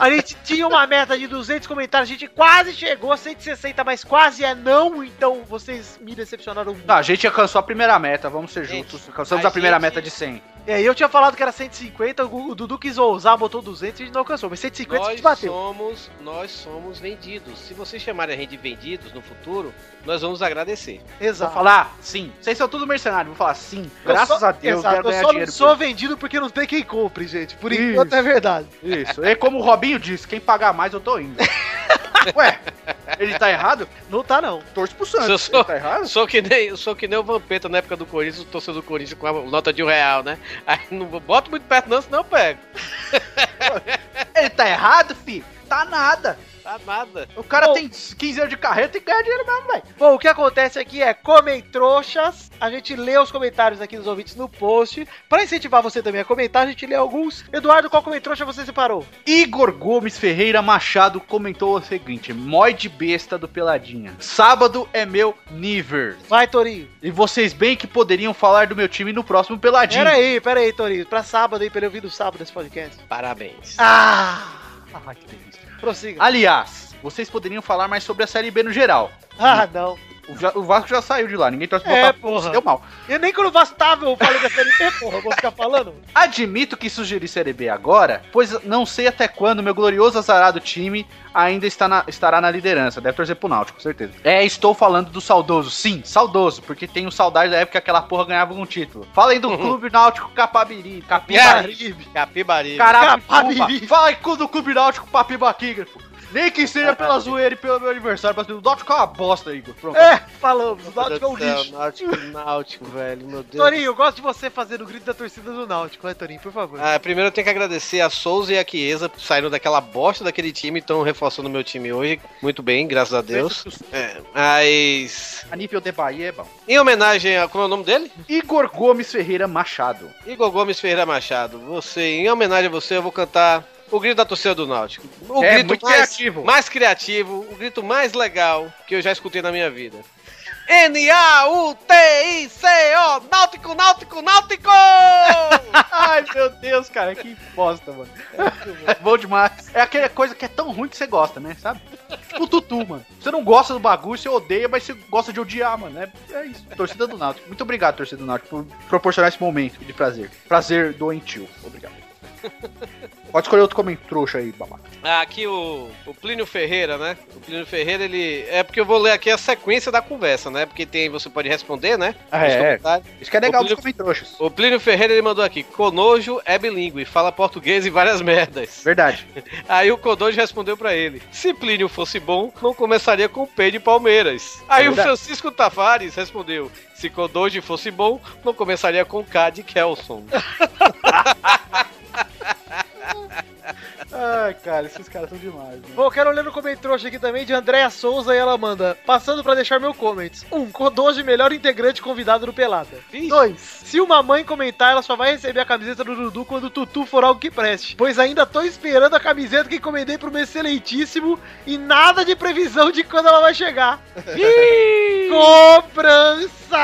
A (laughs) gente tinha uma meta de 200 comentários, a gente quase chegou a 160, mas quase é não, então vocês me decepcionaram muito. Não, Tá. a gente alcançou a primeira meta, vamos ser Gente, juntos. Alcançamos a a primeira gente- meta de 100. É, eu tinha falado que era 150, o Dudu quis ousar, botou 200 e a gente não alcançou, mas 150 a gente Nós bateu. somos, nós somos vendidos. Se vocês chamarem a gente de vendidos no futuro, nós vamos agradecer. Vou Exato. falar sim. Vocês são tudo mercenário, vou falar sim. Eu Graças só- a Deus, exato, eu quero eu ganhar só dinheiro. não sou vendido porque não tem quem compre, gente. Por enquanto é verdade. (laughs) Tá Isso. E como o Robinho disse, quem pagar mais eu tô indo. Ué, (laughs) Ele tá errado? Não tá, não. Torço pro Se eu Santos. sou- Ele tá errado? (laughs) Sou que, nem, sou que nem o Vampeta na época do Corinthians, o torcedor do Corinthians com a nota de um real, né? Aí não boto muito perto não, senão eu pego. Ele tá errado, fi? Tá nada. Tá nada. O cara Bom. tem 15 anos de carreira, tem que ganhar dinheiro mesmo, velho. Bom, o que acontece aqui é comem trouxas. A gente lê os comentários aqui dos ouvintes no post. Pra incentivar você também a comentar, a gente lê alguns. Eduardo, qual comem trouxa você separou? Igor Gomes Ferreira Machado comentou o seguinte: Mói de besta do Peladinha. Sábado é meu Niver. Vai, Torinho. E vocês bem que poderiam falar do meu time no próximo Peladinho. Pera aí, pera aí, Torinho. Pra sábado aí, pra ele ouvir do sábado esse podcast. Parabéns. Ah! Ah, que delícia. Prossiga. Aliás, vocês poderiam falar mais sobre a Série B no geral. Ah, não. O, Ja- o Vasco já saiu de lá, ninguém torce pro É, Botafogo, porra. se deu mal. Eu nem quando o Vasco tava, eu falei da série B, porra. Eu vou ficar falando. Admito que sugeri Série B agora, pois não sei até quando meu glorioso azarado time ainda está na- estará na liderança. Deve torcer pro Náutico, com certeza. É, estou falando do saudoso. Sim, saudoso, porque tenho saudade da época que aquela porra ganhava um título. Falem (laughs) do Clube Náutico Capabiri, Capibari. Capibari. Caraca, Capabiri. Cuba. Fala aí com do Clube Náutico Papibaquígrafo. Nem que seja pela zoeira e pelo meu aniversário, mas o Náutico é uma bosta, Igor. Pronto. É, falamos. O Meu Náutico é um Deus do céu, lixo. Náutico, Náutico, velho, meu Deus. Torinho, eu gosto de você fazendo o grito da torcida do Náutico, né, Torinho? Por favor. Ah, primeiro eu tenho que agradecer a Souza e a Chiesa que saíram daquela bosta daquele time, estão reforçando o meu time hoje. Muito bem, graças a Deus. É, mas. A nível de Bahia é bom. Em homenagem a. Qual é o nome dele? Igor Gomes Ferreira Machado. Igor Gomes Ferreira Machado. Você, em homenagem a você, eu vou cantar o grito da torcida do Náutico. O É, grito muito mais criativo. mais criativo, o grito mais legal que eu já escutei na minha vida. N-A-U-T-I-C-O, Náutico, Náutico, Náutico! Ai, meu Deus, cara, que bosta, mano. É bom demais. É aquela coisa que é tão ruim que você gosta, né? Sabe? Tipo o Tutu, mano. Você não gosta do bagulho, você odeia, mas você gosta de odiar, mano. É, é isso. Torcida do Náutico. Muito obrigado, torcida do Náutico, por proporcionar esse momento de prazer. Prazer doentio. Obrigado. Pode escolher outro comentário trouxa aí, babaca. Ah, aqui o, o Plínio Ferreira, né? O Plínio Ferreira, ele. É porque eu vou ler aqui a sequência da conversa, né? Porque tem. Você pode responder, né? Ah, Os é. comentários. Isso que é legal Ô, dos comentários trouxas. O Plínio Ferreira ele mandou aqui: Conojo é bilíngue, fala português e várias merdas. Verdade. Aí o Codojo respondeu pra ele: Se Plínio fosse bom, não começaria com o P de Palmeiras. É Aí o Verdade. Francisco Tavares respondeu: Se Codojo fosse bom, não começaria com K de Kelson. Ai, cara, esses caras são demais, né? Bom, quero ler no comentário aqui também de Andréa Souza e ela manda: Passando pra deixar meu comments. 1. Um, Kodoji, melhor integrante convidado do Pelada. Vixe. 2. Se uma mãe comentar, ela só vai receber a camiseta do Dudu quando o Tutu for algo que preste. Pois ainda tô esperando a camiseta que encomendei pro meu excelentíssimo e nada de previsão de quando ela vai (laughs) chegar. Ih, Cobrança,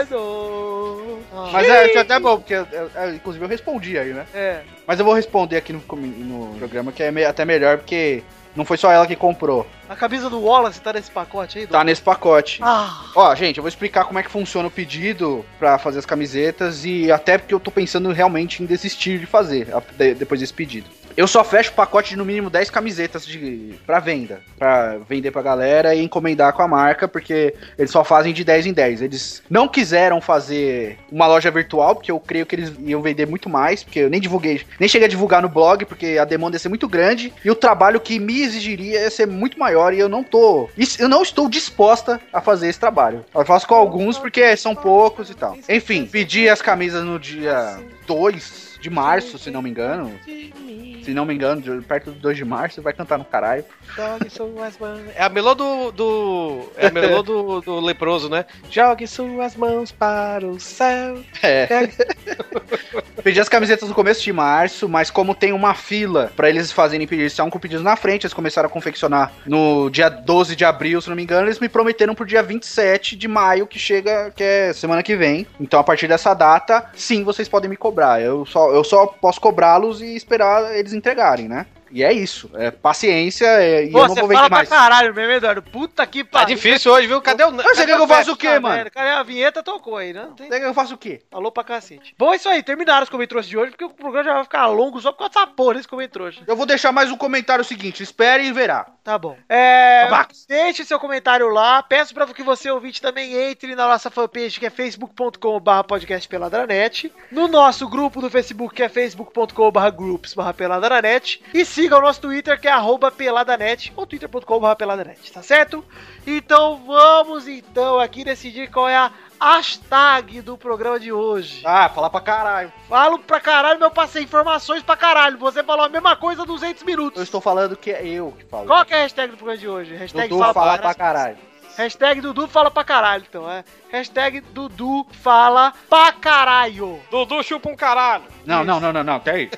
Eduardo! Ah. Mas é, isso é até bom, porque, é, é, inclusive, eu respondi aí, né? É. Mas eu vou responder aqui no, comi- no programa, que é me- até melhor, porque não foi só ela que comprou. A camisa do Wallace tá nesse pacote aí, Eduardo? Tá nesse pacote. Ah, Ó, gente, eu vou explicar como é que funciona o pedido pra fazer as camisetas e até porque eu tô pensando realmente em desistir de fazer a- de- depois desse pedido. Eu só fecho o pacote de no mínimo 10 camisetas de para venda, pra vender pra galera e encomendar com a marca, porque eles só fazem de 10 em 10. Eles não quiseram fazer uma loja virtual, porque eu creio que eles iam vender muito mais, porque eu nem divulguei, nem cheguei a divulgar no blog, porque a demanda ia ser muito grande e o trabalho que me exigiria ia ser muito maior e eu não tô, isso- eu não estou disposta a fazer esse trabalho. Eu faço com alguns porque são poucos e tal. Enfim, pedi as camisas no dia 2 de março, se não me engano. Se não me engano, de- perto do 2 de março, vai cantar no caralho. (laughs) Jogue suas mãos. É a melô do. do é a melô do, do leproso, né? Jogue suas mãos para o céu. É. É. (laughs) Pedi as camisetas no começo de março, mas como tem uma fila pra eles fazerem pedidos, estavam com pedidos na frente, eles começaram a confeccionar no dia 12 de abril, se não me engano, eles me prometeram pro dia 27 de maio, que chega, que é semana que vem. Então, a partir dessa data, sim, vocês podem me cobrar. Eu só, eu só posso cobrá-los e esperar eles entregarem, né? E é isso. É paciência, é, e eu não você fala vou vender pra mais. caralho mesmo, Eduardo. Puta que Tá pariu. difícil hoje, viu? Cadê o. Mas você quer que eu faço o quê, Puta mano? merda, Cara, a vinheta tocou aí, né? Não tem- Você quer que eu faço o quê? Alô pra cacete. Bom, é isso aí. Terminaram os comentários de hoje, porque o programa já vai ficar longo só por causa dessa porra desse comentário. Eu vou deixar mais um comentário seguinte: espere e verá. Tá bom. É, Babacas. deixe seu comentário lá. Peço para que você ouvinte também entre na nossa fanpage que é facebook.com.br podcastpeladranet. No nosso grupo do Facebook que é facebook.com.br groups barra peladranet. E siga o nosso Twitter que é arroba peladanet ou twitter.com.br peladanet, tá certo? Então vamos então aqui decidir qual é a hashtag do programa de hoje. Ah, falar pra caralho. Falo pra caralho, mas eu passei informações pra caralho. Você falou a mesma coisa há 200 Eu minutos. estou falando que é eu que falo. Qual que é a hashtag do programa de hoje? Hashtag Dudu fala falar pra pra caralho. Hashtag Dudu fala pra caralho, então, é. Hashtag Dudu fala pra caralho. Dudu chupa um caralho. Não, não, não, não, não, até aí.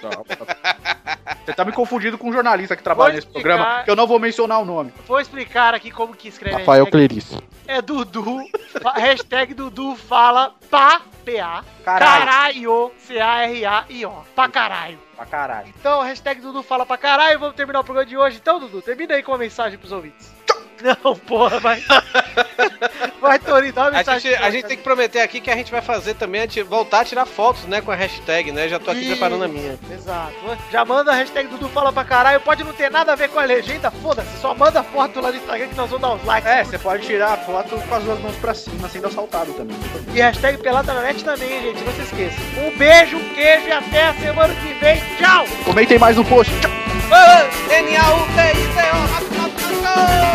Você tá me confundindo com um jornalista que trabalha Vou nesse explicar. programa, que eu não vou mencionar o nome. Vou explicar aqui como que escreve a Rafael hashtag. Clerice. É Dudu. fa- (laughs) hashtag Dudu fala pra PA. Caralho. Caralho. C-A-R-A-I-O. Pra caralho. Pra caralho. Então, hashtag Dudu fala pra caralho. Vamos terminar o programa de hoje. Então, Dudu, termina aí com uma mensagem pros ouvintes. Não, porra, (laughs) vai. vai, Torinho, dá uma A mensagem. gente, a gente tem que prometer aqui que a gente vai fazer também, a gente voltar a tirar fotos, né, com a hashtag, né? Já tô aqui Ih. preparando a minha. Exato. Já manda a hashtag Dudu fala pra caralho. Pode não ter nada a ver com a legenda, foda-se. Só manda foto lá no Instagram que nós vamos dar uns likes. É, você pode tirar a foto com as duas mãos pra cima, sendo assaltado também. E hashtag pelada na net também, hein, gente. Não se esqueça. Um beijo, um queijo e até a semana que vem. Tchau! um Comentem mais no post. n a u t i c o